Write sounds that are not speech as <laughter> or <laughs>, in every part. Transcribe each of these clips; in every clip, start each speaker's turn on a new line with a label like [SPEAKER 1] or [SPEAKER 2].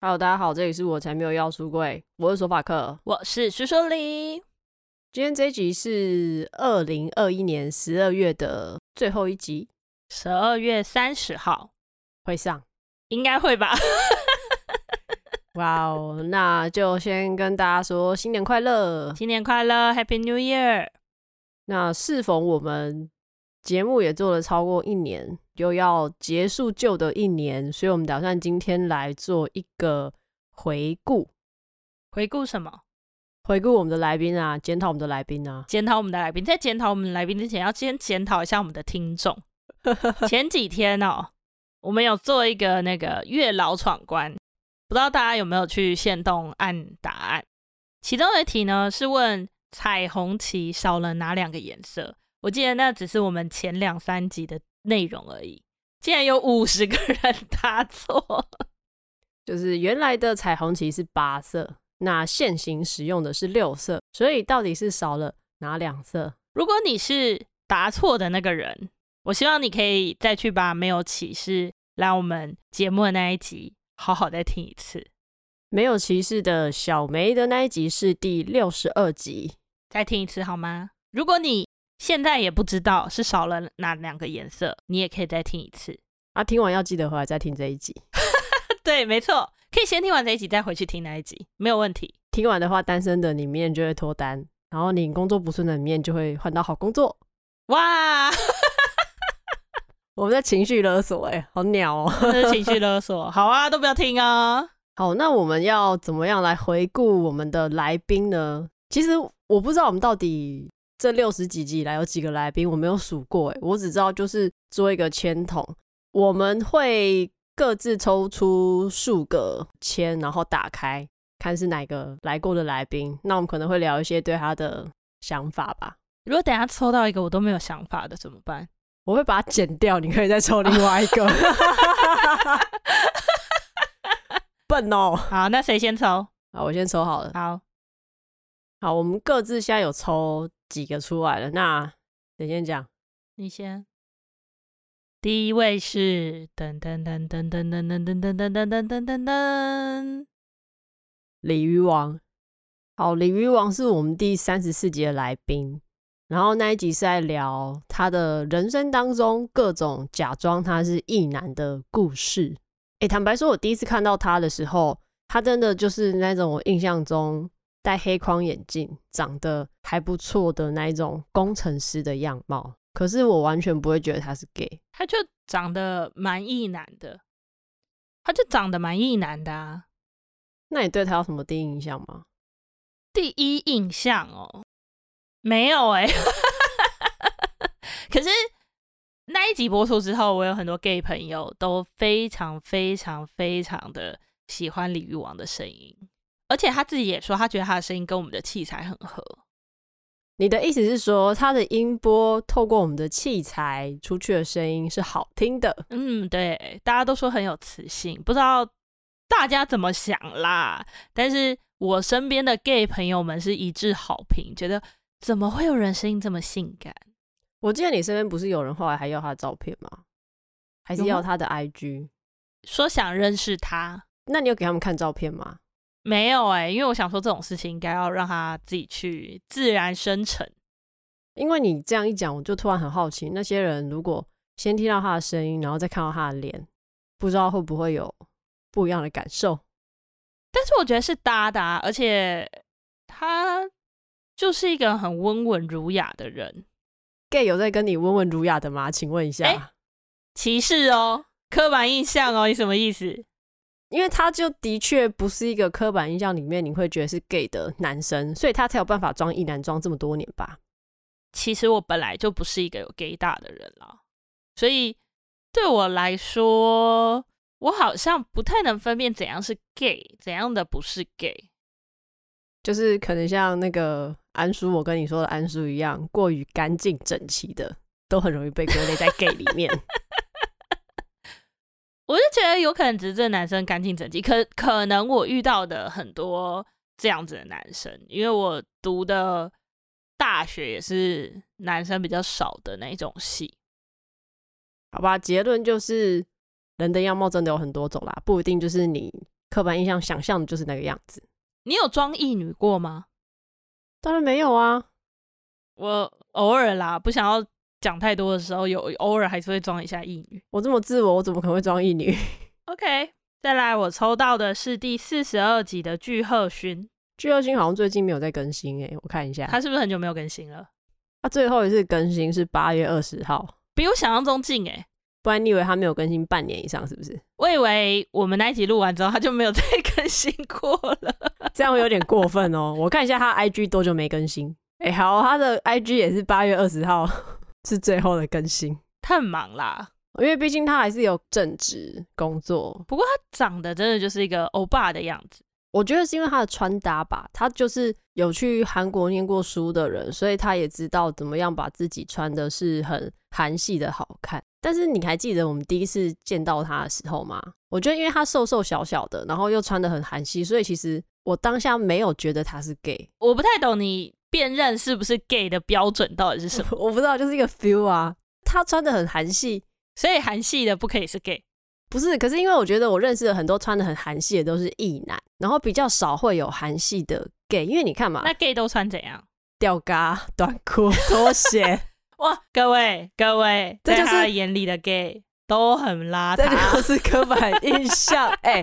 [SPEAKER 1] Hello，大家好，这里是我才没有要出柜，我是索法克。
[SPEAKER 2] 我是徐淑丽。
[SPEAKER 1] 今天这一集是二零二一年十二月的最后一集，
[SPEAKER 2] 十二月三十号
[SPEAKER 1] 会上。
[SPEAKER 2] 应该会吧？
[SPEAKER 1] 哇哦，那就先跟大家说新年快乐。
[SPEAKER 2] 新年快乐，Happy New Year！
[SPEAKER 1] 那适逢我们节目也做了超过一年，又要结束旧的一年，所以我们打算今天来做一个回顾，
[SPEAKER 2] 回顾什么？
[SPEAKER 1] 回顾我们的来宾啊，检讨我们的来宾啊。
[SPEAKER 2] 检讨我们的来宾。在检讨我们的来宾之前，要先检讨一下我们的听众。前几天哦，我们有做一个那个月老闯关，不知道大家有没有去限动按答案？其中的题呢是问彩虹旗少了哪两个颜色？我记得那只是我们前两三集的内容而已，竟然有五十个人答错。
[SPEAKER 1] 就是原来的彩虹旗是八色，那现行使用的是六色，所以到底是少了哪两色？
[SPEAKER 2] 如果你是答错的那个人，我希望你可以再去把没有启示来我们节目的那一集好好再听一次，
[SPEAKER 1] 没有歧视的小梅的那一集是第六十二集，
[SPEAKER 2] 再听一次好吗？如果你现在也不知道是少了哪两个颜色，你也可以再听一次。 <laughs>
[SPEAKER 1] 啊，听完要记得回来再听这一集。
[SPEAKER 2] 对，没错，可以先听完这一集再回去听那一集，没有问题。
[SPEAKER 1] 听完的话，单身的里面就会脱单，然后你工作不顺的里面就会换到好工作。
[SPEAKER 2] 哇，
[SPEAKER 1] 我们在情绪勒索、欸，哎，好鸟哦、
[SPEAKER 2] 这是情绪勒索，好啊，都不要听啊。
[SPEAKER 1] 好，那我们要怎么样来回顾我们的来宾呢？其实我不知道我们到底这六十几集以来有几个来宾，我没有数过、欸，我只知道就是做一个签筒，我们会各自抽出数个签，然后打开看是哪个来过的来宾。那我们可能会聊一些对他的想法吧，
[SPEAKER 2] 如果等一下抽到一个我都没有想法的怎么办？
[SPEAKER 1] 我会把它剪掉，你可以再抽另外一个。 <laughs> 笨哦、 <laughs>
[SPEAKER 2] 好，那谁先抽？
[SPEAKER 1] 好，我先抽好了。
[SPEAKER 2] 好，
[SPEAKER 1] 好，我们各自现在有抽几个出来了，那谁先讲？
[SPEAKER 2] 你先。第一位是噔噔噔噔噔噔噔噔噔噔噔噔噔噔噔，
[SPEAKER 1] 鲤鱼王。好，鲤鱼王是我们第三十四集的来宾，然后那一集是在聊他的人生当中各种假装他是异男的故事。诶、坦白说，我第一次看到他的时候，他真的就是那种我印象中戴黑框眼镜、长得还不错的那一种工程师的样貌，可是我完全不会觉得他是 gay。
[SPEAKER 2] 他就长得蛮异男的，他就长得蛮异男的啊。
[SPEAKER 1] 那你对他有什么第一印象吗？
[SPEAKER 2] 第一印象哦，没有哎、 <laughs> 可是那一集播出之后，我有很多 gay 朋友都非常非常非常的喜欢李玉王的声音，而且他自己也说，他觉得他的声音跟我们的器材很合。
[SPEAKER 1] 你的意思是说，它的音波透过我们的器材出去的声音是好听的？
[SPEAKER 2] 嗯，对，大家都说很有磁性，不知道大家怎么想啦。但是我身边的 gay 朋友们是一致好评，觉得怎么会有人声音这么性感？
[SPEAKER 1] 我记得你身边不是有人后来还要他的照片吗？还是
[SPEAKER 2] 有吗
[SPEAKER 1] 要他的 IG？
[SPEAKER 2] 说想认识他，
[SPEAKER 1] 那你有给他们看照片吗？
[SPEAKER 2] 没有哎、因为我想说这种事情应该要让他自己去自然生成。
[SPEAKER 1] 因为你这样一讲，我就突然很好奇，那些人如果先听到他的声音，然后再看到他的脸，不知道会不会有不一样的感受？
[SPEAKER 2] 但是我觉得是搭的、啊，而且他就是一个很温文儒雅的人，
[SPEAKER 1] gay 有在跟你温文儒雅的吗？请问一下，
[SPEAKER 2] 哎歧视哦，刻板印象哦，你什么意思？
[SPEAKER 1] 因为他就的确不是一个刻板印象里面你会觉得是 gay 的男生，所以他才有办法装一男装这么多年吧？
[SPEAKER 2] 其实我本来就不是一个有 gay 大的人啦，所以对我来说，我好像不太能分辨怎样是 gay，怎样的不是 gay。
[SPEAKER 1] 就是可能像那个安叔，我跟你说的安叔一样，过于干净整齐的，都很容易被归类在 gay 里面。
[SPEAKER 2] 我就觉得有可能只是这个男生干净整齐，可可能我遇到的很多这样子的男生，因为我读的大学也是男生比较少的那一种系。
[SPEAKER 1] 好吧，结论就是人的样貌真的有很多种啦，不一定就是你刻板印象想象的就是那个样子。
[SPEAKER 2] 你有装义女过吗？
[SPEAKER 1] 当然没有啊，
[SPEAKER 2] 我偶尔啦，不想要讲太多的时候，有偶尔还是会装一下义女。
[SPEAKER 1] 我这么自我，我怎么可能会装一女？ <laughs>
[SPEAKER 2] OK，再来，我抽到的是第四十二集的巨鹤勋，
[SPEAKER 1] 巨二星好像最近没有在更新诶、我看一下，
[SPEAKER 2] 他是不是很久没有更新了？
[SPEAKER 1] 他最后一次更新是八月二十号，
[SPEAKER 2] 比我想象中近诶、
[SPEAKER 1] 不然你以为他没有更新半年以上是不是？
[SPEAKER 2] 我以为我们那一集录完之后他就没有再 <laughs> 更新过了。
[SPEAKER 1] 这样会有点过分哦。 <laughs> 我看一下他 IG 多久没更新？哎、好，他的 IG 也是八月二十号是最后的更新，
[SPEAKER 2] 他很忙啦，
[SPEAKER 1] 因为毕竟他还是有正职工作。
[SPEAKER 2] 不过他长得真的就是一个欧巴的样子。
[SPEAKER 1] 我觉得是因为他的穿搭吧，他就是有去韩国念过书的人，所以他也知道怎么样把自己穿的是很韩系的好看。但是你还记得我们第一次见到他的时候吗？我觉得因为他瘦瘦小小的，然后又穿的很韩系，所以其实我当下没有觉得他是 gay，
[SPEAKER 2] 我不太懂你辨认是不是 gay 的标准到底是什么，
[SPEAKER 1] <laughs> 我不知道就是一个 feel 啊。他穿的很韩系，
[SPEAKER 2] 所以韩系的不可以是 gay。
[SPEAKER 1] 不是，可是因为我觉得我认识的很多穿的很韩系的都是异男，然后比较少会有韩系的 gay，因为你看嘛，
[SPEAKER 2] 那 gay 都穿怎样？
[SPEAKER 1] 吊嘎、短裤、拖鞋，
[SPEAKER 2] 哇，各位各位，
[SPEAKER 1] 这
[SPEAKER 2] 在
[SPEAKER 1] 就是
[SPEAKER 2] 他的眼里的 gay 都很邋
[SPEAKER 1] 这
[SPEAKER 2] 遢。
[SPEAKER 1] 就是刻板印象。哎、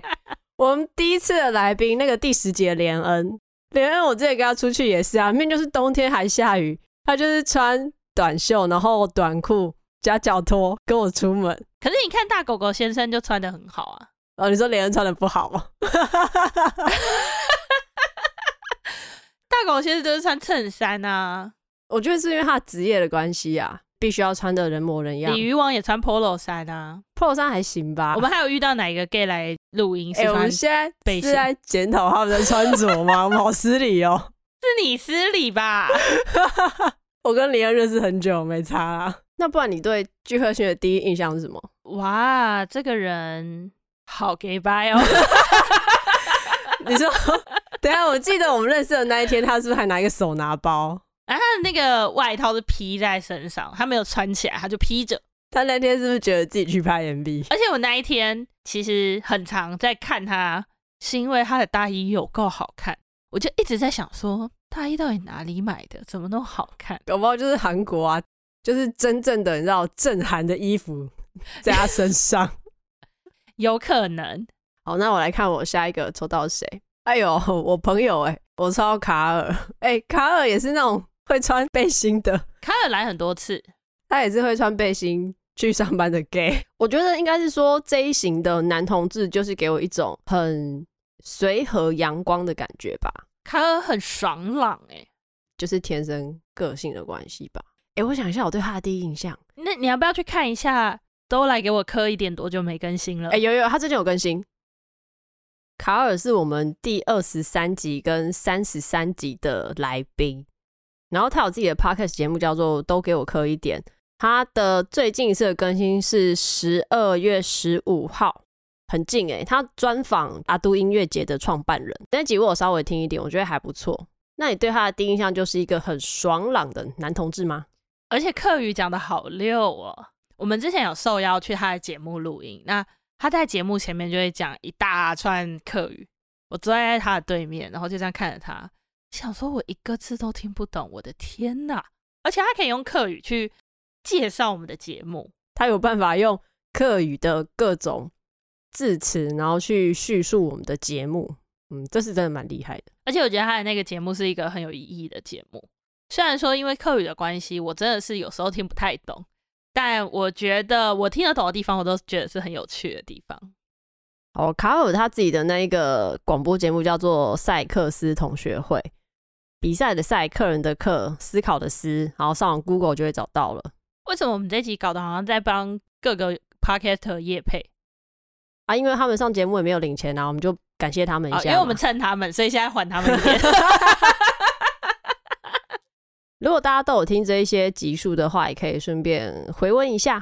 [SPEAKER 1] 我们第一次的来宾那个第十节连恩，连恩我之前跟他出去也是啊，明明就是冬天还下雨，他就是穿短袖，然后短裤加脚拖跟我出门。
[SPEAKER 2] 可是你看大狗狗先生就穿的很好啊，
[SPEAKER 1] 哦，你说连恩穿的不好吗？
[SPEAKER 2] 大狗先生就是穿衬衫啊，
[SPEAKER 1] 我觉得是因为他职业的关系啊，必须要穿的人模人样
[SPEAKER 2] 鲤。鱼王也穿 polo 衫啊。
[SPEAKER 1] Pro 衫还行吧，
[SPEAKER 2] 我们还有遇到哪一个 gay 来录音是
[SPEAKER 1] 哎、我
[SPEAKER 2] 穿？
[SPEAKER 1] 们
[SPEAKER 2] 是
[SPEAKER 1] 现在
[SPEAKER 2] 背
[SPEAKER 1] 是
[SPEAKER 2] 心
[SPEAKER 1] 在检讨他们的穿着吗？ <laughs> 我们好失礼哦。
[SPEAKER 2] 你失
[SPEAKER 1] <laughs>
[SPEAKER 2] 礼吧？
[SPEAKER 1] 我跟林恩认识很久，没差啦。那不然你对聚合勋的第一印象是什么？
[SPEAKER 2] 哇，这个人好 gay
[SPEAKER 1] <laughs>
[SPEAKER 2] 拜哦！
[SPEAKER 1] <laughs> 你说，等一下我记得我们认识的那一天，他是不是还拿一个手拿包？
[SPEAKER 2] 啊，他的那个外套是披在身上，他没有穿起来，他就披着。
[SPEAKER 1] 他那天是不是觉得自己去拍 MV？
[SPEAKER 2] 而且我那一天其实很常在看他，是因为他的大衣有够好看，我就一直在想说，大衣到底哪里买的，怎么那么好看？
[SPEAKER 1] 搞不好就是韩国啊，就是真正的你知道正韩的衣服在他身上。
[SPEAKER 2] 有可能
[SPEAKER 1] 好，那我来看我下一个抽到谁？哎呦，我朋友哎、我抽到卡尔哎、卡尔也是那种会穿背心的。
[SPEAKER 2] 卡尔来很多次，
[SPEAKER 1] 他也是会穿背心去上班的 gay。我 <laughs> 觉得应该是说这一型的男同志，就是给我一种很随和阳光的感觉吧，
[SPEAKER 2] 卡尔很爽朗哎、
[SPEAKER 1] 就是天生个性的关系吧。诶，我想一下我对他的第一印象，
[SPEAKER 2] 那你要不要去看一下？都来给我磕一点，多久没更新了？
[SPEAKER 1] 哎诶，有有，他最近有更新。卡尔是我们第二十三集跟三十三集的来宾，然后他有自己的 podcast 节目叫做《都给我磕一点》，他的最近一次的更新是十二月十五号，很近诶、他专访阿都音乐节的创办人，那集我有稍微听一点，我觉得还不错。那你对他的第一印象就是一个很爽朗的男同志吗？
[SPEAKER 2] 而且客语讲的好溜哦。我们之前有受邀去他的节目录音，那他在节目前面就会讲一大串客语，我坐在他的对面，然后就这样看着他，想说我一个字都听不懂，我的天呐！而且他可以用客语去介绍我们的节目，
[SPEAKER 1] 他有办法用客语的各种字词，然后去叙述我们的节目。嗯，这是真的蛮厉害的。
[SPEAKER 2] 而且我觉得他的那个节目是一个很有意义的节目。虽然说因为课语的关系，我真的是有时候听不太懂，但我觉得我听得懂的地方，我都觉得是很有趣的地方。
[SPEAKER 1] 哦，卡尔他自己的那一个广播节目叫做《赛克斯同学会》，比赛的赛，客人的客，思考的思，然后上网 Google 就会找到了。
[SPEAKER 2] 为什么我们这集搞得好像在帮各个 podcaster 业配
[SPEAKER 1] 啊，因为他们上节目也没有领钱啊，我们就感谢他们一
[SPEAKER 2] 啊、
[SPEAKER 1] 下嘛、
[SPEAKER 2] 因为我们蹭他们，所以现在还他们一点。 <laughs>
[SPEAKER 1] 如果大家都有听这一些集数的话，也可以顺便回温一下。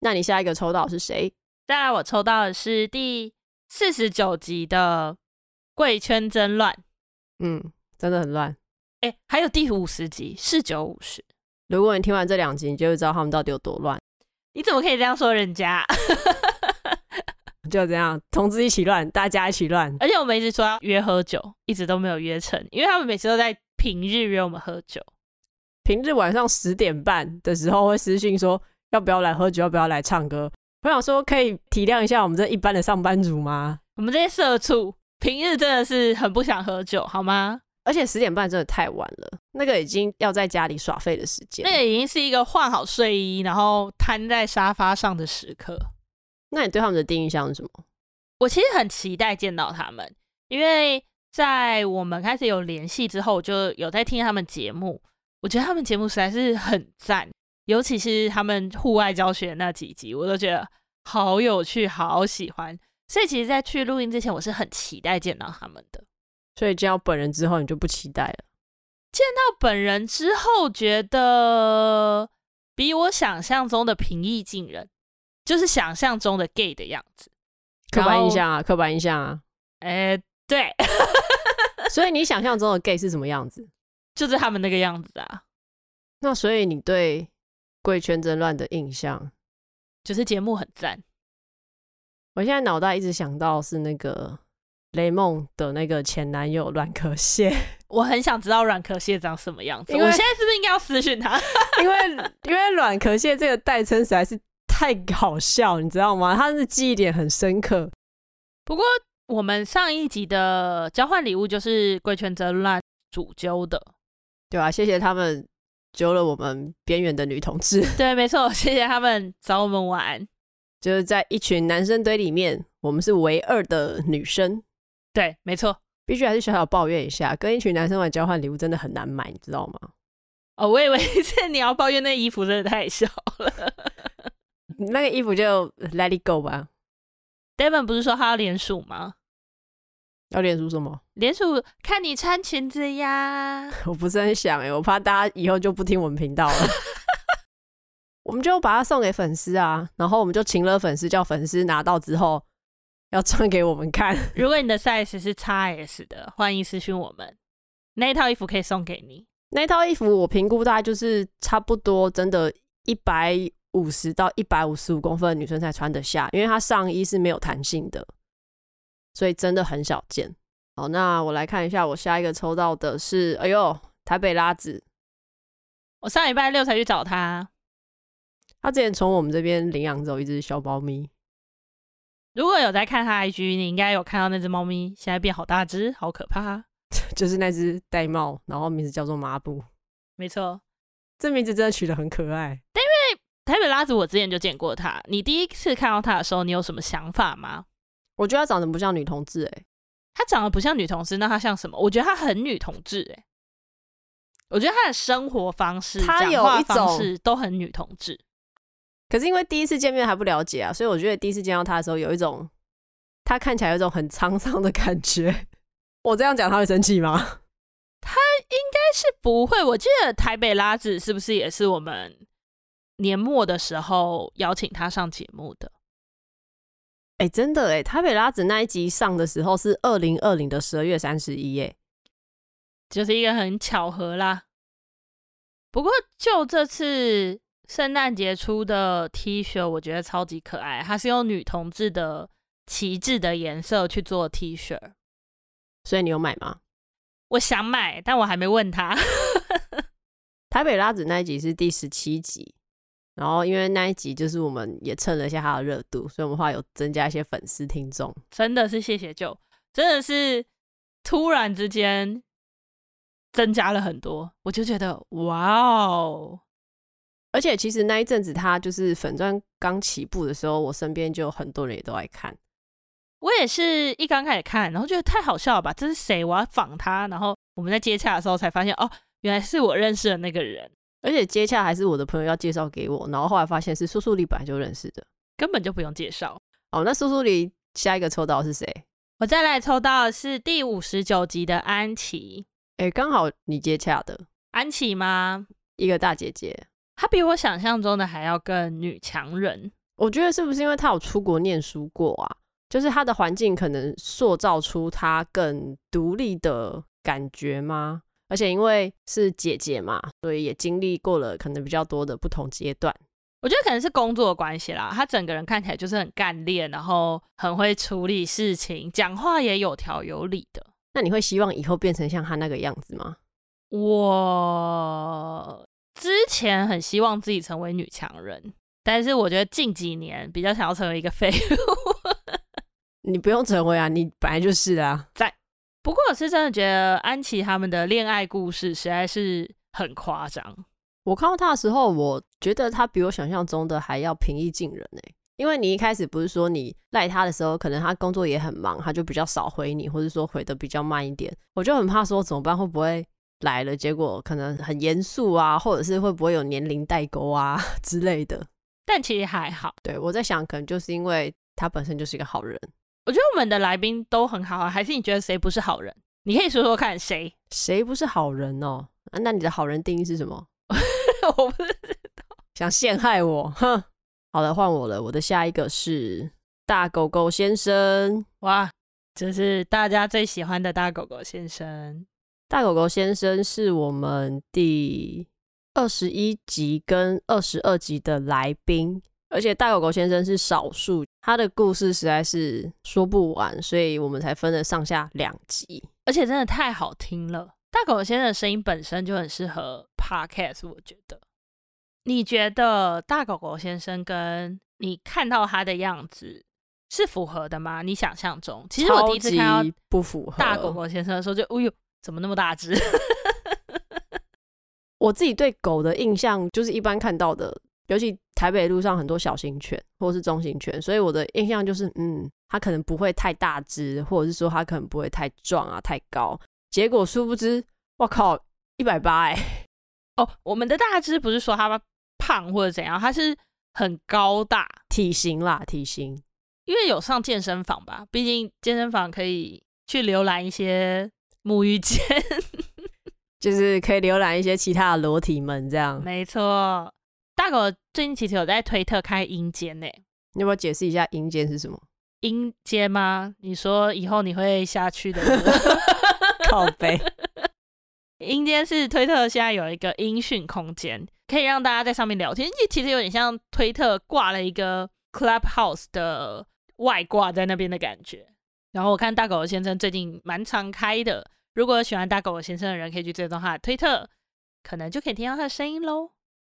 [SPEAKER 1] 那你下一个抽到是谁？
[SPEAKER 2] 再来，我抽到的是第四十九集的贵圈争乱，
[SPEAKER 1] 嗯，真的很乱。
[SPEAKER 2] 哎、还有第五十集四九五十。
[SPEAKER 1] 如果你听完这两集，你就会知道他们到底有多乱。
[SPEAKER 2] 啊你怎么可以这样说人家？
[SPEAKER 1] 就这样，同志一起乱，大家一起乱。
[SPEAKER 2] 而且我们一直说要约喝酒，一直都没有约成，因为他们每次都在平日约我们喝酒。
[SPEAKER 1] 平日晚上十点半的时候会私信说要不要来喝酒，要不要来唱歌。我想说，可以体谅一下我们这一般的上班族吗？
[SPEAKER 2] 我们这些社畜平日真的是很不想喝酒，好吗？
[SPEAKER 1] 而且十点半真的太晚了，那个已经要在家里耍废的时间。
[SPEAKER 2] 那个已经是一个换好睡衣，然后瘫在沙发上的时刻。
[SPEAKER 1] 那你对他们的第一印象是什么？
[SPEAKER 2] 我其实很期待见到他们，因为在我们开始有联系之后，我就有在听他们节目。我觉得他们节目实在是很赞，尤其是他们户外教学那几集，我都觉得好有趣，好喜欢。所以其实，在去录音之前，我是很期待见到他们的。
[SPEAKER 1] 所以见到本人之后，你就不期待了。
[SPEAKER 2] 到本人之后，觉得比我想象中的平易近人，就是想象中的 gay 的样子。
[SPEAKER 1] 刻
[SPEAKER 2] 然
[SPEAKER 1] 板
[SPEAKER 2] 后
[SPEAKER 1] 印象啊，刻板印象啊。
[SPEAKER 2] 哎、对， <laughs>
[SPEAKER 1] 所以你想象中的 gay 是什么样子？
[SPEAKER 2] 就是他们那个样子啊，
[SPEAKER 1] 那所以你对贵圈真乱的印象，
[SPEAKER 2] 就是节目很赞。
[SPEAKER 1] 我现在脑袋一直想到是那个雷梦的那个前男友阮可谢，
[SPEAKER 2] 我很想知道软壳蟹长什么样子。
[SPEAKER 1] 因为
[SPEAKER 2] 我现在是不是应该要私讯 <laughs> 他？
[SPEAKER 1] <laughs> 因为因为阮可谢这个代称实在是太好笑，你知道吗？他的记忆点很深刻。
[SPEAKER 2] 不过我们上一集的交换礼物就是贵圈争乱主揪的，
[SPEAKER 1] 对啊，谢谢他们救了我们边缘的女同志， <laughs>
[SPEAKER 2] 对，没错，谢谢他们找我们玩。
[SPEAKER 1] 就是在一群男生堆里面，我们是唯二的女生。
[SPEAKER 2] 对，没错。
[SPEAKER 1] 必须还是小小抱怨一下，跟一群男生玩交换礼物真的很难买，你知道吗？
[SPEAKER 2] 哦，我以为是你要抱怨那衣服真的太小了。
[SPEAKER 1] 那个衣服就 Let it go 吧。
[SPEAKER 2] Devon 不是说他要联署吗？
[SPEAKER 1] 要脸书什么？ <laughs>
[SPEAKER 2] 联署看你穿裙子呀。
[SPEAKER 1] 我不是很想哎、我怕大家以后就不听我们频道
[SPEAKER 2] 啊
[SPEAKER 1] 了。我们就把它送给粉丝啊，然后我们就请了粉丝，叫粉丝拿到之后要穿给我们看。
[SPEAKER 2] <laughs>
[SPEAKER 1] <laughs>
[SPEAKER 2] 如果你的 size 是 XS 的，欢迎私讯我们，那一套衣服可以送给你。
[SPEAKER 1] 那套衣服我评估大概就是差不多真的一百五十到一百五十五公分的女生才穿得下，因为它上衣是没有弹性的，所以真的很少见。好，那我来看一下，我下一个抽到的是，哎呦，台北拉子，
[SPEAKER 2] 我上礼拜六才去找他。
[SPEAKER 1] 他之前从我们这边领养走一只小猫咪， <laughs>
[SPEAKER 2] 如果有在看他 IG，你应该有看到那只猫咪现在变好大只，好可怕、啊
[SPEAKER 1] 就是那只玳瑁，然后名字叫做麻布，
[SPEAKER 2] 没错，
[SPEAKER 1] 这名字真的取得很可爱。
[SPEAKER 2] 台北拉子我之前就见过他。你第一次看到他的时候，你有什么想法吗？
[SPEAKER 1] 我觉得它长得不像女同志、欸，哎，
[SPEAKER 2] 他长得不像女同志，那他像什么？我觉得他很女同志、欸，我觉得他的生活方式、
[SPEAKER 1] 他有
[SPEAKER 2] 讲话
[SPEAKER 1] 一种
[SPEAKER 2] 方式都很女同志。
[SPEAKER 1] 可是因为第一次见面还不了解啊，所以我觉得第一次见到他的时候，有一种他看起来有一种很沧桑的感觉。 <laughs> 我这样讲他会生气吗？
[SPEAKER 2] 但是不会，我记得台北拉子是不是也是我们年末的时候邀请他上节目的？
[SPEAKER 1] 哎、真的哎、台北拉子那一集上的时候是二零二零的十二月三十一哎，
[SPEAKER 2] 就是一个很巧合啦。不过就这次圣诞节出的 T 恤，我觉得超级可爱，它是用女同志的旗帜的颜色去做 T 恤。
[SPEAKER 1] 所以你有买吗？
[SPEAKER 2] 我想买，但我还没问他。 <laughs>
[SPEAKER 1] 台北拉子那一集是第十七集，然后因为那一集就是我们也蹭了一下他的热度，所以我们话有增加一些粉丝听众。
[SPEAKER 2] 真的是谢谢舅，真的是突然之间增加了很多，我就觉得哇哦，
[SPEAKER 1] 而且其实那一阵子他就是粉钻刚起步的时候，我身边就有很多人也都爱看。
[SPEAKER 2] 我也是一刚开始看，然后觉得太好笑了吧，这是谁？我要仿他。然后我们在接洽的时候才发现，哦，原来是我认识的那个人，
[SPEAKER 1] 而且接洽还是我的朋友要介绍给我，然后后来发现是苏苏里本来就认识的。
[SPEAKER 2] 根本就不用介绍。
[SPEAKER 1] 哦，那苏苏里下一个抽到的是谁？
[SPEAKER 2] 我再来抽到的是第五十九集的安琪，
[SPEAKER 1] 哎、刚好你接洽的
[SPEAKER 2] 安琪吗？
[SPEAKER 1] 一个大姐姐，
[SPEAKER 2] 她比我想象中的还要更女强人。
[SPEAKER 1] 我觉得是不是因为她有出国念书过啊？就是她的环境可能塑造出她更独立的感觉吗？而且因为是姐姐嘛，所以也经历过了可能比较多的不同阶段。
[SPEAKER 2] 我觉得可能是工作的关系啦，他整个人看起来就是很干练，然后很会处理事情，讲话也有条有理的。
[SPEAKER 1] 那你会希望以后变成像他那个样子吗？
[SPEAKER 2] 我之前很希望自己成为女强人，但是我觉得近几年比较想要成为一个废物。 <laughs>
[SPEAKER 1] 你不用成为啊，你本来就是啊。
[SPEAKER 2] 不过我是真的觉得安琪他们的恋爱故事实在是很夸张。
[SPEAKER 1] 我看到他的时候，我觉得他比我想象中的还要平易近人哎、因为你一开始不是说你赖他的时候，可能他工作也很忙，他就比较少回你，或者说回的比较慢一点。我就很怕说怎么办，会不会来了，结果可能很严肃啊，或者是会不会有年龄代沟啊 <laughs> 之类的。
[SPEAKER 2] 但其实还好，
[SPEAKER 1] 对我在想，可能就是因为他本身就是一个好人，
[SPEAKER 2] 我觉得我们的来宾都很好啊，还是你觉得谁不是好人？你可以说说看谁？ <laughs>
[SPEAKER 1] 谁不是好人哦、啊那你的好人定义是什么？
[SPEAKER 2] 我不是
[SPEAKER 1] 想陷害我？哼！好了，换我了。我的下一个是大狗狗先生。
[SPEAKER 2] 哇，这是大家最喜欢的大狗狗先生。
[SPEAKER 1] 大狗狗先生是我们第二十一集跟二十二集的来宾，而且大狗狗先生是少数，他的故事实在是说不完，所以我们才分了上下两集。
[SPEAKER 2] 而且真的太好听了。大狗先生的声音本身就很适合 podcast，我觉得。你觉得大狗狗先生跟你看到他的样子是符合的吗？你想象中？其实我第一次看
[SPEAKER 1] 超
[SPEAKER 2] 到
[SPEAKER 1] 级不符合
[SPEAKER 2] 大狗，狗先生的时候就，哎呦，怎么那么大只？ <laughs>
[SPEAKER 1] 我自己对狗的印象就是一般看到的，尤其台北路上很多小型犬或是中型犬，所以我的印象就是，嗯，它可能不会太大只，或者是说它可能不会太壮啊、太高。结果殊不知，我靠，一百八哎！
[SPEAKER 2] 哦，我们的大只不是说他胖或者怎样，他是很高大，
[SPEAKER 1] 体型啦，体型。
[SPEAKER 2] 因为有上健身房吧，毕竟健身房可以去浏览一些沐 <laughs> 浴间。
[SPEAKER 1] 就是可以浏览一些其他的裸体们这样，
[SPEAKER 2] 没错，大狗最近其实有在推特开阴间呢，
[SPEAKER 1] 你要不要解释一下阴间是什么？
[SPEAKER 2] 阴间吗？你说以后你会下去的是不是。
[SPEAKER 1] 靠背，
[SPEAKER 2] <laughs> 阴间是推特现在有一个音讯空间，可以让大家在上面聊天。其实有点像推特挂了一个 Clubhouse 的外挂在那边的感觉。然后我看大狗先生最近蛮常开的，如果有喜欢大狗先生的人，可以去追踪他的推特，可能就可以听到他的声音喽。
[SPEAKER 1] <laughs>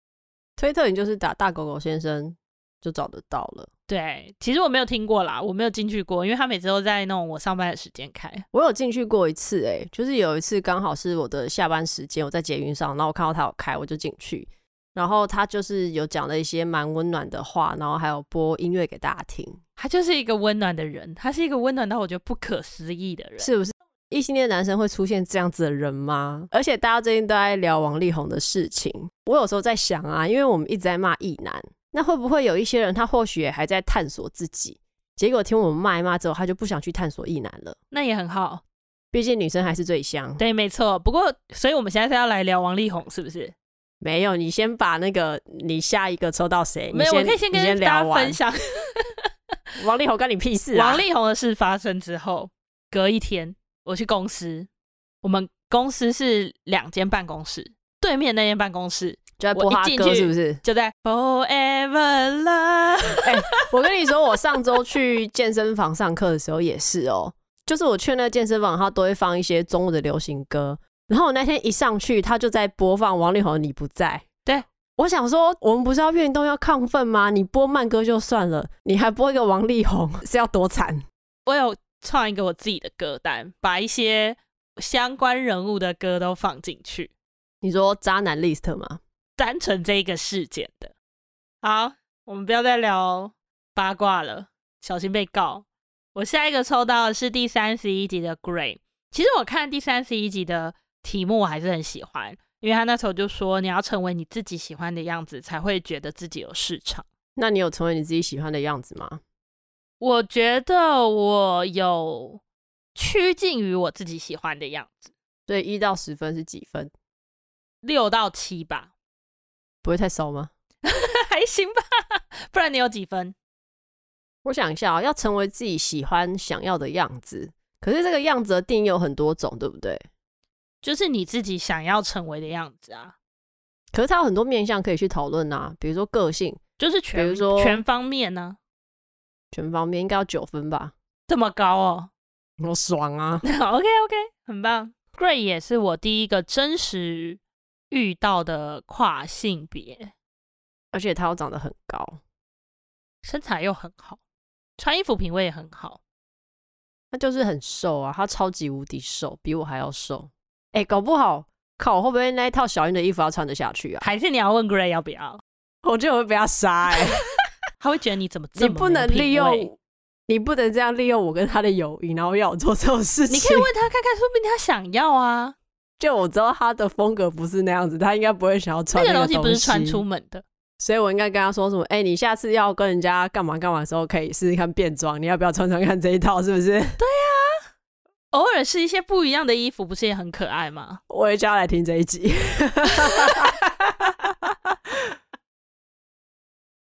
[SPEAKER 1] 推特你就是打大狗狗先生就找得到了。
[SPEAKER 2] 对，其实我没有听过啦，我没有进去过，因为他每次都在那种我上班的时间开。
[SPEAKER 1] 我有进去过一次、欸，就是有一次刚好是我的下班时间，我在捷运上，然后我看到他有开，我就进去。然后他就是有讲了一些蛮温暖的话，然后还有播音乐给大家听，
[SPEAKER 2] 他就是一个温暖的人，他是一个温暖到我觉得不可思议的人。
[SPEAKER 1] 是不是？异性恋男生会出现这样子的人吗？而且大家最近都在聊王力宏的事情，我有时候在想啊，因为我们一直在骂异男，那会不会有一些人他或许也还在探索自己，结果听我们骂一骂之后，他就不想去探索异男了？
[SPEAKER 2] 那也很好，
[SPEAKER 1] 毕竟女生还是最香。
[SPEAKER 2] 对，没错。不过，所以我们现在是要来聊王力宏，是不是？
[SPEAKER 1] 没有，你先把那个你下一个抽到谁？
[SPEAKER 2] 没有，我可
[SPEAKER 1] 先
[SPEAKER 2] 以先
[SPEAKER 1] 你
[SPEAKER 2] 跟大
[SPEAKER 1] 聊
[SPEAKER 2] 家
[SPEAKER 1] 完
[SPEAKER 2] 分享
[SPEAKER 1] 王力宏干你屁事啊！
[SPEAKER 2] <laughs> 王力宏的事发生之后，隔一天我去公司，我们公司是两间办公室，对面那间办公室
[SPEAKER 1] 就在播
[SPEAKER 2] 我一
[SPEAKER 1] 他
[SPEAKER 2] 进
[SPEAKER 1] 歌
[SPEAKER 2] 去
[SPEAKER 1] 是不是？
[SPEAKER 2] 就在 Forever Love。
[SPEAKER 1] <laughs> 我跟你说，我上周去健身房上课的时候也是哦，就是我去那个健身房，他都会放一些中午的流行歌。然后我那天一上去，他就在播放王力宏的《你不在》。
[SPEAKER 2] 对，
[SPEAKER 1] 我想说，我们不是要运动要亢奋吗？你播慢歌就算了，你还播一个王力宏， <laughs> 是要多惨？
[SPEAKER 2] 我有创一个我自己的歌单，把一些相关人物的歌都放进去。
[SPEAKER 1] 你说渣男 list 吗？
[SPEAKER 2] 单纯这一个事件的。好，我们不要再聊八卦了，小心被告。我下一个抽到的是第三十一集的 Gray。其实我看第三十一集的题目，我还是很喜欢，因为他那时候就说你要成为你自己喜欢的样子，才会觉得自己有市场。
[SPEAKER 1] 那你有成为你自己喜欢的样子吗？
[SPEAKER 2] 我觉得我有趋近于我自己喜欢的样子，
[SPEAKER 1] 所以一到十分是几分？
[SPEAKER 2] 六到七吧， <laughs>
[SPEAKER 1] 不会太熟吗？
[SPEAKER 2] 还行吧。不然你有几分？
[SPEAKER 1] 我想一下、哦，要成为自己喜欢想要的样子，可是这个样子的定义有很多种，对不对？
[SPEAKER 2] 就是你自己想要成为的样子啊。
[SPEAKER 1] 可是它有很多面向可以去讨论啊，比如说个性，
[SPEAKER 2] 就是全
[SPEAKER 1] 比如说
[SPEAKER 2] 全方面呢、
[SPEAKER 1] 全方面应该要九分吧，
[SPEAKER 2] 这么高哦。 <laughs>
[SPEAKER 1] 我爽啊！
[SPEAKER 2] OK OK，很棒。Gray 也是我第一个真实遇到的跨性别，
[SPEAKER 1] 而且他又长得很高，
[SPEAKER 2] 身材又很好，穿衣服品味也很好。
[SPEAKER 1] 他就是很瘦啊，他超级无敌瘦，比我还要瘦。哎、搞不好靠，我会不会那一套小英的衣服要穿得下去啊？ <laughs>
[SPEAKER 2] 还是你要问 Gray 要不要？
[SPEAKER 1] 我觉得我会被他杀哎、 <laughs>
[SPEAKER 2] 他会觉得你怎么这
[SPEAKER 1] 你
[SPEAKER 2] 么
[SPEAKER 1] 不
[SPEAKER 2] 没
[SPEAKER 1] 能
[SPEAKER 2] 品
[SPEAKER 1] 利 <laughs>
[SPEAKER 2] 味？
[SPEAKER 1] 用，你不能这样利用我跟他的友谊，然后要我做这种事情。
[SPEAKER 2] 你可以问他看看，说不定他想要啊。
[SPEAKER 1] 就我知道他的风格不是那样子，他应该不会想要穿
[SPEAKER 2] 那个
[SPEAKER 1] 个
[SPEAKER 2] 东西不是穿出，门的，
[SPEAKER 1] 所以我应该跟他说什么？哎、你下次要跟人家干嘛干嘛的时候，可以试试看变装，你要不要穿穿看这一套？是不
[SPEAKER 2] <laughs>
[SPEAKER 1] 是？
[SPEAKER 2] 偶尔是一些不一样的衣服，不是也很可爱吗？
[SPEAKER 1] 我会叫他来听这一集。 <laughs>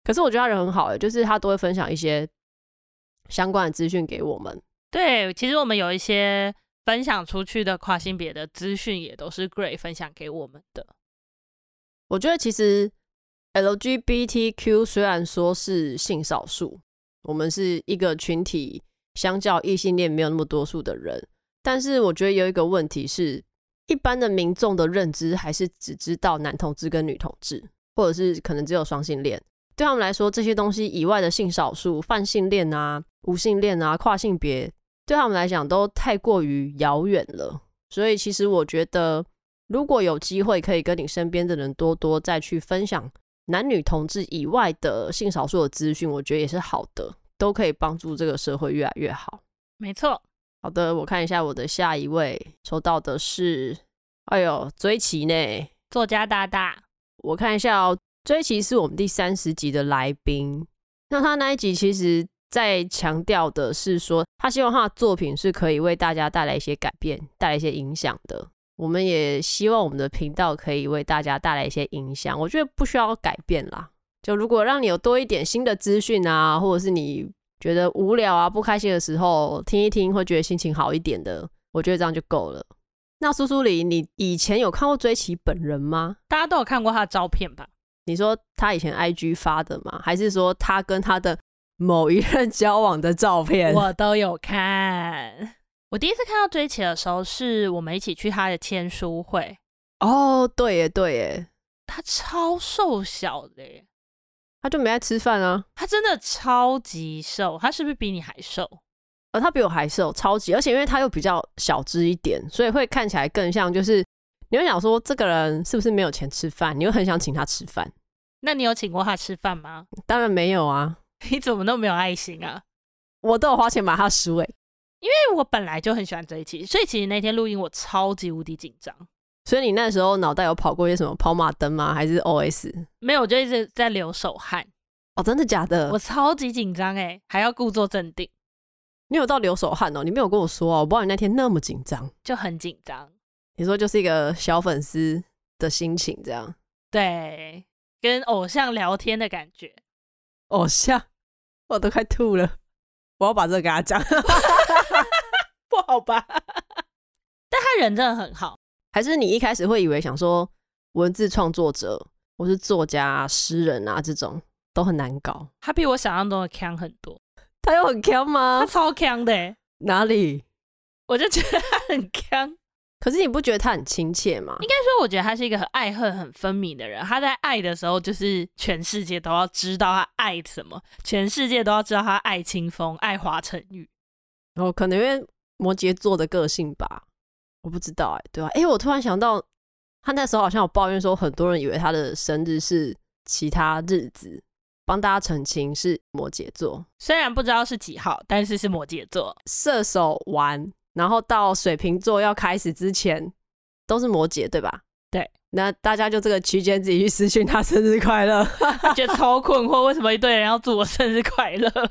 [SPEAKER 1] 可是我觉得他人很好、欸，就是他都会分享一些相关的资讯给我们。
[SPEAKER 2] 对，其实我们有一些分享出去的跨性别的资讯，也都是 Gray 分享给我们的。
[SPEAKER 1] 我觉得其实 LGBTQ 虽然说是性少数，我们是一个群体，相较异性恋没有那么多数的人，但是我觉得有一个问题是，一般的民众的认知还是只知道男同志跟女同志，或者是可能只有双性恋。对他们来说，这些东西以外的性少数、泛性恋啊、无性恋啊、跨性别，对他们来讲都太过于遥远了。所以，其实我觉得如果有机会，可以跟你身边的人多多再去分享男女同志以外的性少数的资讯，我觉得也是好的，都可以帮助这个社会越来越好。
[SPEAKER 2] 没错，
[SPEAKER 1] 好的，我看一下我的下一位抽到的是，哎呦，追奇呢？
[SPEAKER 2] 作家大大，
[SPEAKER 1] 我看一下哦，追奇是我们第三十集的来宾。那他那一集其实在强调的是说，他希望他的作品是可以为大家带来一些改变，带来一些影响的。我们也希望我们的频道可以为大家带来一些影响。我觉得不需要改变啦，就如果让你有多一点新的资讯啊，或者是你觉得无聊啊、不开心的时候听一听，会觉得心情好一点的，我觉得这样就够了。那苏苏里，你以前有看过追奇本人吗？
[SPEAKER 2] 大家都有看过他的照片吧？
[SPEAKER 1] 你说他以前 IG 发的吗？还是说他跟他的某一任交往的照片？
[SPEAKER 2] 我都有看。我第一次看到追琪的时候，是我们一起去他的签书会，
[SPEAKER 1] 哦，对耶，对耶，
[SPEAKER 2] 他超瘦小的耶，
[SPEAKER 1] 他就没在吃饭啊。
[SPEAKER 2] 他真的超级瘦，他是不是比你还瘦？
[SPEAKER 1] 呃，他比我还瘦，超级，而且因为他又比较小只一点，所以会看起来更像就是你会想说这个人是不是没有钱吃饭？你会很想请他吃饭？
[SPEAKER 2] 那你有请过他吃饭吗？ <laughs>
[SPEAKER 1] 当然没有啊，
[SPEAKER 2] 你怎么那么没有爱心啊？
[SPEAKER 1] 我都有花钱买他的书欸诶，
[SPEAKER 2] 因为我本来就很喜欢追琪，所以其实那天录音我超级无敌紧张，
[SPEAKER 1] 所以你那时候脑袋有跑过一些什么跑马灯吗？还是 OS？
[SPEAKER 2] 没有我就一直在流手汗，
[SPEAKER 1] 哦，真的假的
[SPEAKER 2] 我？超级紧张哎，还要故作镇定，
[SPEAKER 1] 你有到流手汗哦？你没有跟我说哦，我不知道你那天那么紧张。
[SPEAKER 2] 就很紧张。
[SPEAKER 1] 你说就是一个小粉丝的心情，这样
[SPEAKER 2] 对，跟偶像聊天的感觉。
[SPEAKER 1] 偶像，我都快吐了。我要把这个给他讲， <laughs>
[SPEAKER 2] 不好吧？ <laughs> 但他人真的很好，
[SPEAKER 1] 还是你一开始会以为想说文字创作者，我是作家、啊、诗人啊这种都很难搞。
[SPEAKER 2] 他比我想象中的强很多，
[SPEAKER 1] 他有很强吗
[SPEAKER 2] 他？超强的、欸，
[SPEAKER 1] 哪里？
[SPEAKER 2] 我就觉得他很强。应
[SPEAKER 1] 可是你不觉得他很亲切吗？
[SPEAKER 2] 该说，我觉得他是一个很爱恨很分明的人。他在爱的时候，就是全世界都要知道他爱什么，全世界都要知道他爱清风、爱华晨宇。
[SPEAKER 1] 然后可能因为摩羯座的个性吧，我不知道哎、对吧、哎、我突然想到，他那时候好像有抱怨说，很多人以为他的生日是其他日子，帮大家澄清是摩羯座，
[SPEAKER 2] 虽然不知道是几号，但是是摩羯座。
[SPEAKER 1] 射手完，然后到水瓶座要开始之前都是摩羯，对吧？
[SPEAKER 2] 对，
[SPEAKER 1] 那大家就这个期间自己去私讯他生日快乐。
[SPEAKER 2] 他觉得超困惑，为什么一堆人要祝我生日快乐？ <laughs>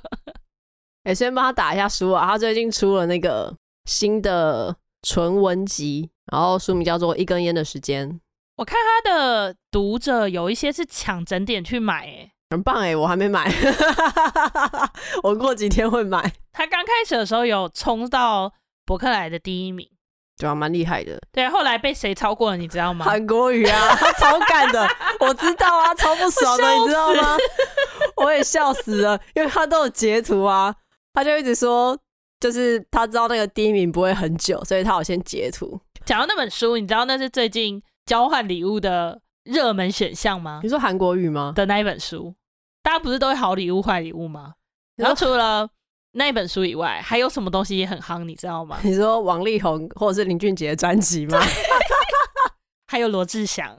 [SPEAKER 1] 哎、先帮他打一下书啊，他最近出了那个新的纯文集，然后书名叫做《一根烟的时间》。
[SPEAKER 2] 我看他的读者有一些是抢整点去买、欸，
[SPEAKER 1] 很棒哎，我还没买， <laughs> 我过几天会买。
[SPEAKER 2] 他刚开始的时候有冲到伯克莱的第一名，
[SPEAKER 1] 对啊，蛮厉害的。
[SPEAKER 2] 对，后来被谁超过了，你知道吗？
[SPEAKER 1] 韩国语啊， <laughs> 他超干的，我知道啊，超不爽的，你知道吗？ <laughs> 我也笑死了，因为他都有截图啊，他就一直说，就是他知道那个第一名不会很久，所以他有先截图。
[SPEAKER 2] 讲到那本书，你知道那是最近交换礼物的热门选项吗？
[SPEAKER 1] 你说韩国语吗？
[SPEAKER 2] 的那一本书，大家不是都会好礼物坏礼物吗？然后除了那一本书以外，还有什么东西也很夯，你知道吗？
[SPEAKER 1] 你说王力宏或者是林俊杰的专辑吗？
[SPEAKER 2] 还有罗志祥，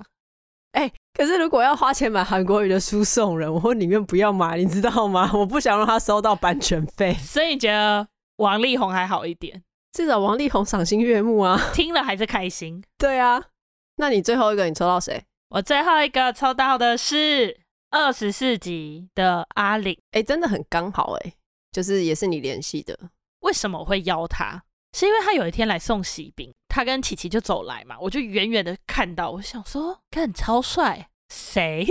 [SPEAKER 1] 哎、可是如果要花钱买韩国语的书送人，我会宁愿不要买，你知道吗？我不想让他收到版权费。
[SPEAKER 2] 所以你觉得王力宏还好一点，
[SPEAKER 1] 至少王力宏赏心悦目啊。 <laughs>
[SPEAKER 2] 听了还是开心。
[SPEAKER 1] 对啊，那你最后一个你抽到谁？
[SPEAKER 2] 我最后一个抽到的是二十四集的阿玲，
[SPEAKER 1] 哎、真的很刚好哎、就是也是你联系的。
[SPEAKER 2] 为什么我会邀他？是因为他有一天来送喜饼，他跟琪琪就走来嘛，我就远远的看到，我想说，看超帅，谁？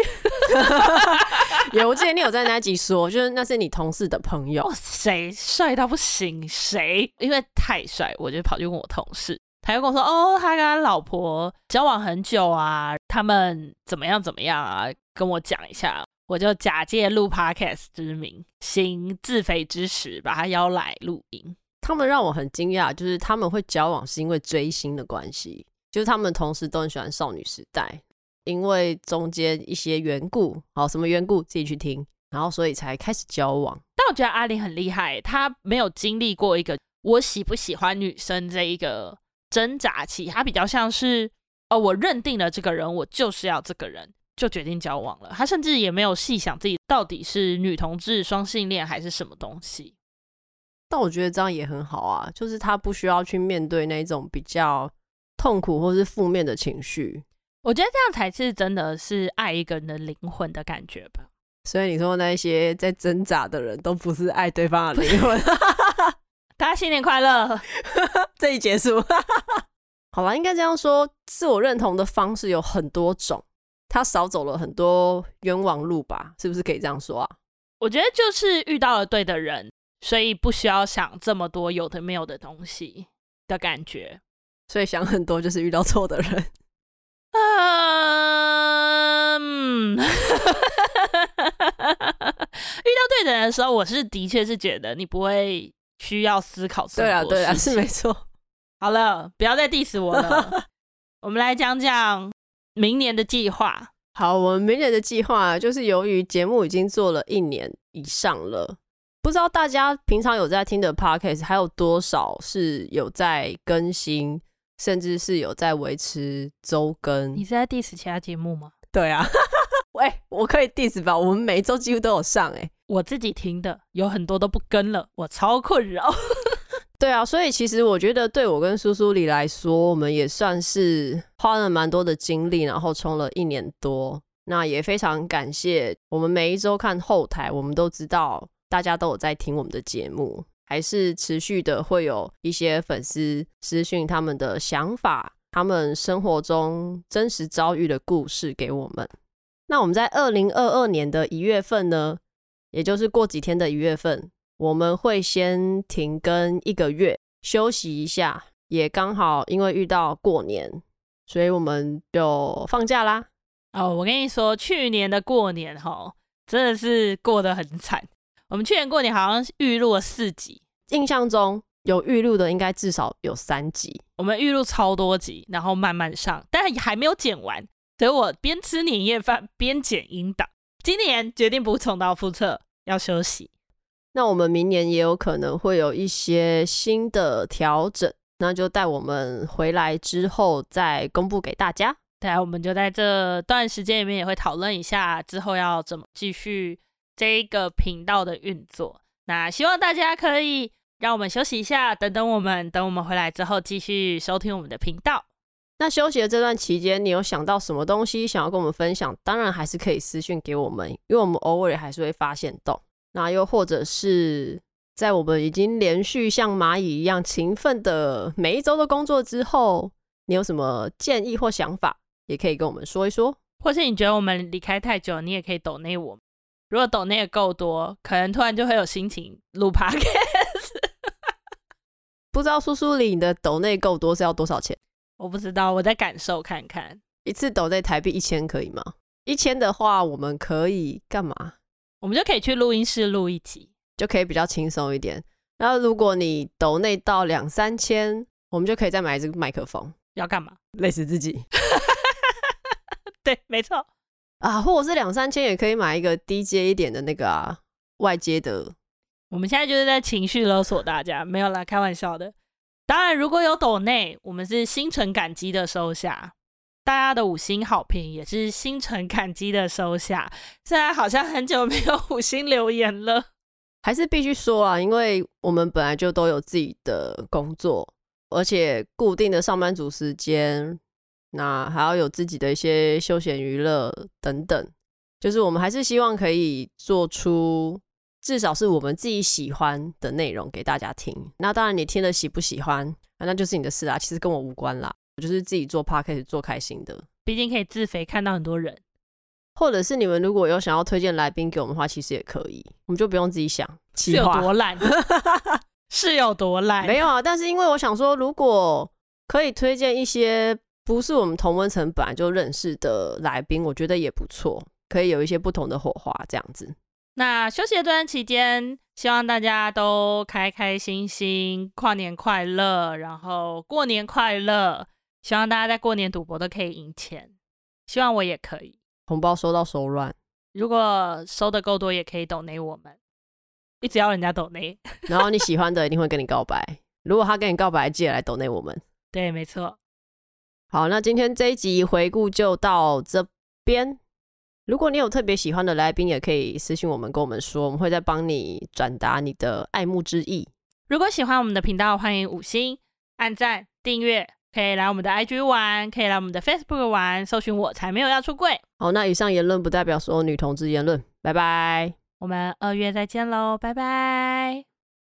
[SPEAKER 1] 有，我记得你有在那集说，就是那是你同事的朋友
[SPEAKER 2] 哦，，谁帅到不行？谁？因为太帅，我就跑去问我同事，他就跟我说：“哦，他跟他老婆交往很久啊，他们怎么样怎么样啊？”跟我讲一下，我就假借录 podcast 之名，行自肥之实，把他邀来录音。
[SPEAKER 1] 他们让我很惊讶，就是他们会交往是因为追星的关系，就是他们同时都很喜欢少女时代，因为中间一些缘故，好什么缘故自己去听，然后所以才开始交往。
[SPEAKER 2] 但我觉得阿玲很厉害，她没有经历过一个我喜不喜欢女生这一个挣扎期，她比较像是哦，我认定了这个人，我就是要这个人，就决定交往了。她甚至也没有细想自己到底是女同志、双性恋还是什么东西。
[SPEAKER 1] 但我觉得这样也很好啊，就是他不需要去面对那种比较痛苦或是负面的情绪。
[SPEAKER 2] 我觉得这样才是真的是爱一个人的灵魂的感觉吧。
[SPEAKER 1] 所以你说那一些在挣扎的人都不是爱对方的灵魂，
[SPEAKER 2] 大家新年快乐！ <laughs>
[SPEAKER 1] 这一结束。 <laughs> 好啦，应该这样说，自我认同的方式有很多种，他少走了很多冤枉路吧？是不是可以这样说啊？
[SPEAKER 2] 我觉得就是遇到了对的人，所以不需要想这么多有的没有的东西的感觉。
[SPEAKER 1] 所以想很多就是遇到错的人。 <laughs>
[SPEAKER 2] 嗯，遇 <laughs> 到对的人的时候，我是的确是觉得你不会需要思考这
[SPEAKER 1] 对啊，
[SPEAKER 2] 么多
[SPEAKER 1] 对啊，
[SPEAKER 2] 事
[SPEAKER 1] 是
[SPEAKER 2] 情
[SPEAKER 1] 没错。
[SPEAKER 2] <laughs> 好了，不要再 diss 我
[SPEAKER 1] <laughs>
[SPEAKER 2] 了。我们来讲讲明年的计划。
[SPEAKER 1] 好，我们明年的计划啊就是，由于节目已经做了一年以上了，不知道大家平常有在听的 podcast 还有多少是有在更新，甚至是有在维持周更
[SPEAKER 2] 你。是在 diss 其他节目吗？
[SPEAKER 1] 对啊， <laughs> 喂，我可以 diss 吧？我们每周几乎都有上哎、
[SPEAKER 2] 我自己听的有很多都不跟了，我超困扰。
[SPEAKER 1] 对啊，所以其实我觉得，对我跟苏苏里来说，我们也算是花了蛮多的精力，然后冲了一年多。那也非常感谢我们每一周看后台，我们都知道大家都有在听我们的节目，还是持续的会有一些粉丝私讯他们的想法，他们生活中真实遭遇的故事给我们。那我们在二零二二年的一月份呢，也就是过几天的一月份，我们会先停更一个月，休息一下，也刚好因为遇到过年，所以我们就放假啦。
[SPEAKER 2] <laughs> 哦，我跟你说，去年的过年哈，真的是过得很惨。我们去年过年好像预录了四集，
[SPEAKER 1] 印象中有预录的，应该至少有三集。
[SPEAKER 2] 我们预录超多集，然后慢慢上，但还没有剪完，所以我边吃年夜饭边剪音档。今年决定不重蹈覆辙，要休息。
[SPEAKER 1] 那我们明年也有可能会有一些新的调整，那就待我们回来之后再公布给大家。
[SPEAKER 2] 对啊，我们就在这段时间里面也会讨论一下之后要怎么继续这一个频道的运作。那希望大家可以让我们休息一下，等等我们，等我们回来之后继续收听我们的频道。
[SPEAKER 1] 那休息的这段期间，你有想到什么东西想要跟我们分享？当然还是可以私讯给我们，因为我们偶尔还是会发现洞。那又或者是在我们已经连续像蚂蚁一样勤奋的每一周的工作之后，你有什么建议或想法，也可以跟我们说一说。
[SPEAKER 2] 或是你觉得我们离开太久，你也可以抖内我们。如果抖内 <laughs> 的够多，可能突然就会有心情录 podcast。
[SPEAKER 1] 不知道叔叔里你的抖内够多是要多少钱？
[SPEAKER 2] 我不知道，我在感受看看。
[SPEAKER 1] 一次抖内台币一千可以吗？一千的话，我们可以干嘛？
[SPEAKER 2] 我们就可以去录音室录一集。
[SPEAKER 1] 就可以比较轻松一点。然后如果你抖内到两三千，我们就可以再买一支麦克风，
[SPEAKER 2] 要干嘛？ <laughs>
[SPEAKER 1] 累死自己
[SPEAKER 2] 对，没错，
[SPEAKER 1] 啊！或者是两三千也可以买一个低阶一点的那个啊，外接的。
[SPEAKER 2] 我们现在就是在情绪勒索大家，没有啦，开玩笑的。当然，如果有抖内，我们是心存感激的收下。大家的五星好评也是心存感激的收下。现在好像很久没有五星留言了，
[SPEAKER 1] 还是必须说啊，因为我们本来就都有自己的工作，而且固定的上班族时间，那还要有自己的一些休闲娱乐等等，就是我们还是希望可以做出至少是我们自己喜欢的内容给大家听。那当然，你听了喜不喜欢，啊那就是你的事啦，其实跟我无关啦。我就是自己做 p o d c a s t 做开心的，
[SPEAKER 2] 毕竟可以自肥，看到很多人。
[SPEAKER 1] 或者是你们如果有想要推荐来宾给我们的话，其实也可以，我们就不用自己想
[SPEAKER 2] 是
[SPEAKER 1] 计
[SPEAKER 2] 有
[SPEAKER 1] 划。
[SPEAKER 2] 多烂， <laughs> 是有多烂。
[SPEAKER 1] 没有啊，但是因为我想说，如果可以推荐一些不是我们同温层本来就认识的来宾，我觉得也不错，可以有一些不同的火花这样子。
[SPEAKER 2] 那休息的这段期间，希望大家都开开心心，跨年快乐，然后过年快乐。希望大家在过年赌博都可以赢钱，希望我也可以。
[SPEAKER 1] 红包收到手软，
[SPEAKER 2] 如果收的够多，也可以抖内我们，一直要人家抖内。 <laughs>
[SPEAKER 1] 然后你喜欢的一定会跟你告白。如果他跟你告白，记得来抖内我们。
[SPEAKER 2] 对，没错。
[SPEAKER 1] 好，那今天这一集回顾就到这边。如果你有特别喜欢的来宾，也可以私信我们，跟我们说，我们会再帮你转达你的爱慕之意。
[SPEAKER 2] 如果喜欢我们的频道，欢迎五星、按赞、订阅，可以来我们的 IG 玩，可以来我们的 Facebook 玩，搜寻我才没有要出柜。
[SPEAKER 1] 好，那以上言论不代表所有女同志言论，拜拜。
[SPEAKER 2] 我们二月再见喽，拜拜。